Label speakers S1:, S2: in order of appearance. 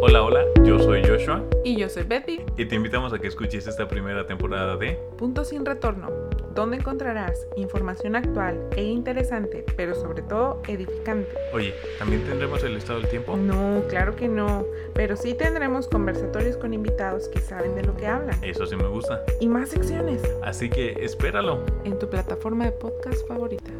S1: Hola, hola, yo soy Joshua
S2: Y yo soy Betty,
S1: y te invitamos a que escuches esta primera temporada de
S2: Punto Sin Retorno, donde encontrarás información actual e interesante, pero sobre todo edificante.
S1: Oye, ¿también tendremos el estado del tiempo?
S2: No, claro que no, pero sí tendremos conversatorios con invitados que saben de lo que hablan
S1: Eso sí me gusta.
S2: y más secciones
S1: Así que espéralo.
S2: en tu plataforma de podcast favorita.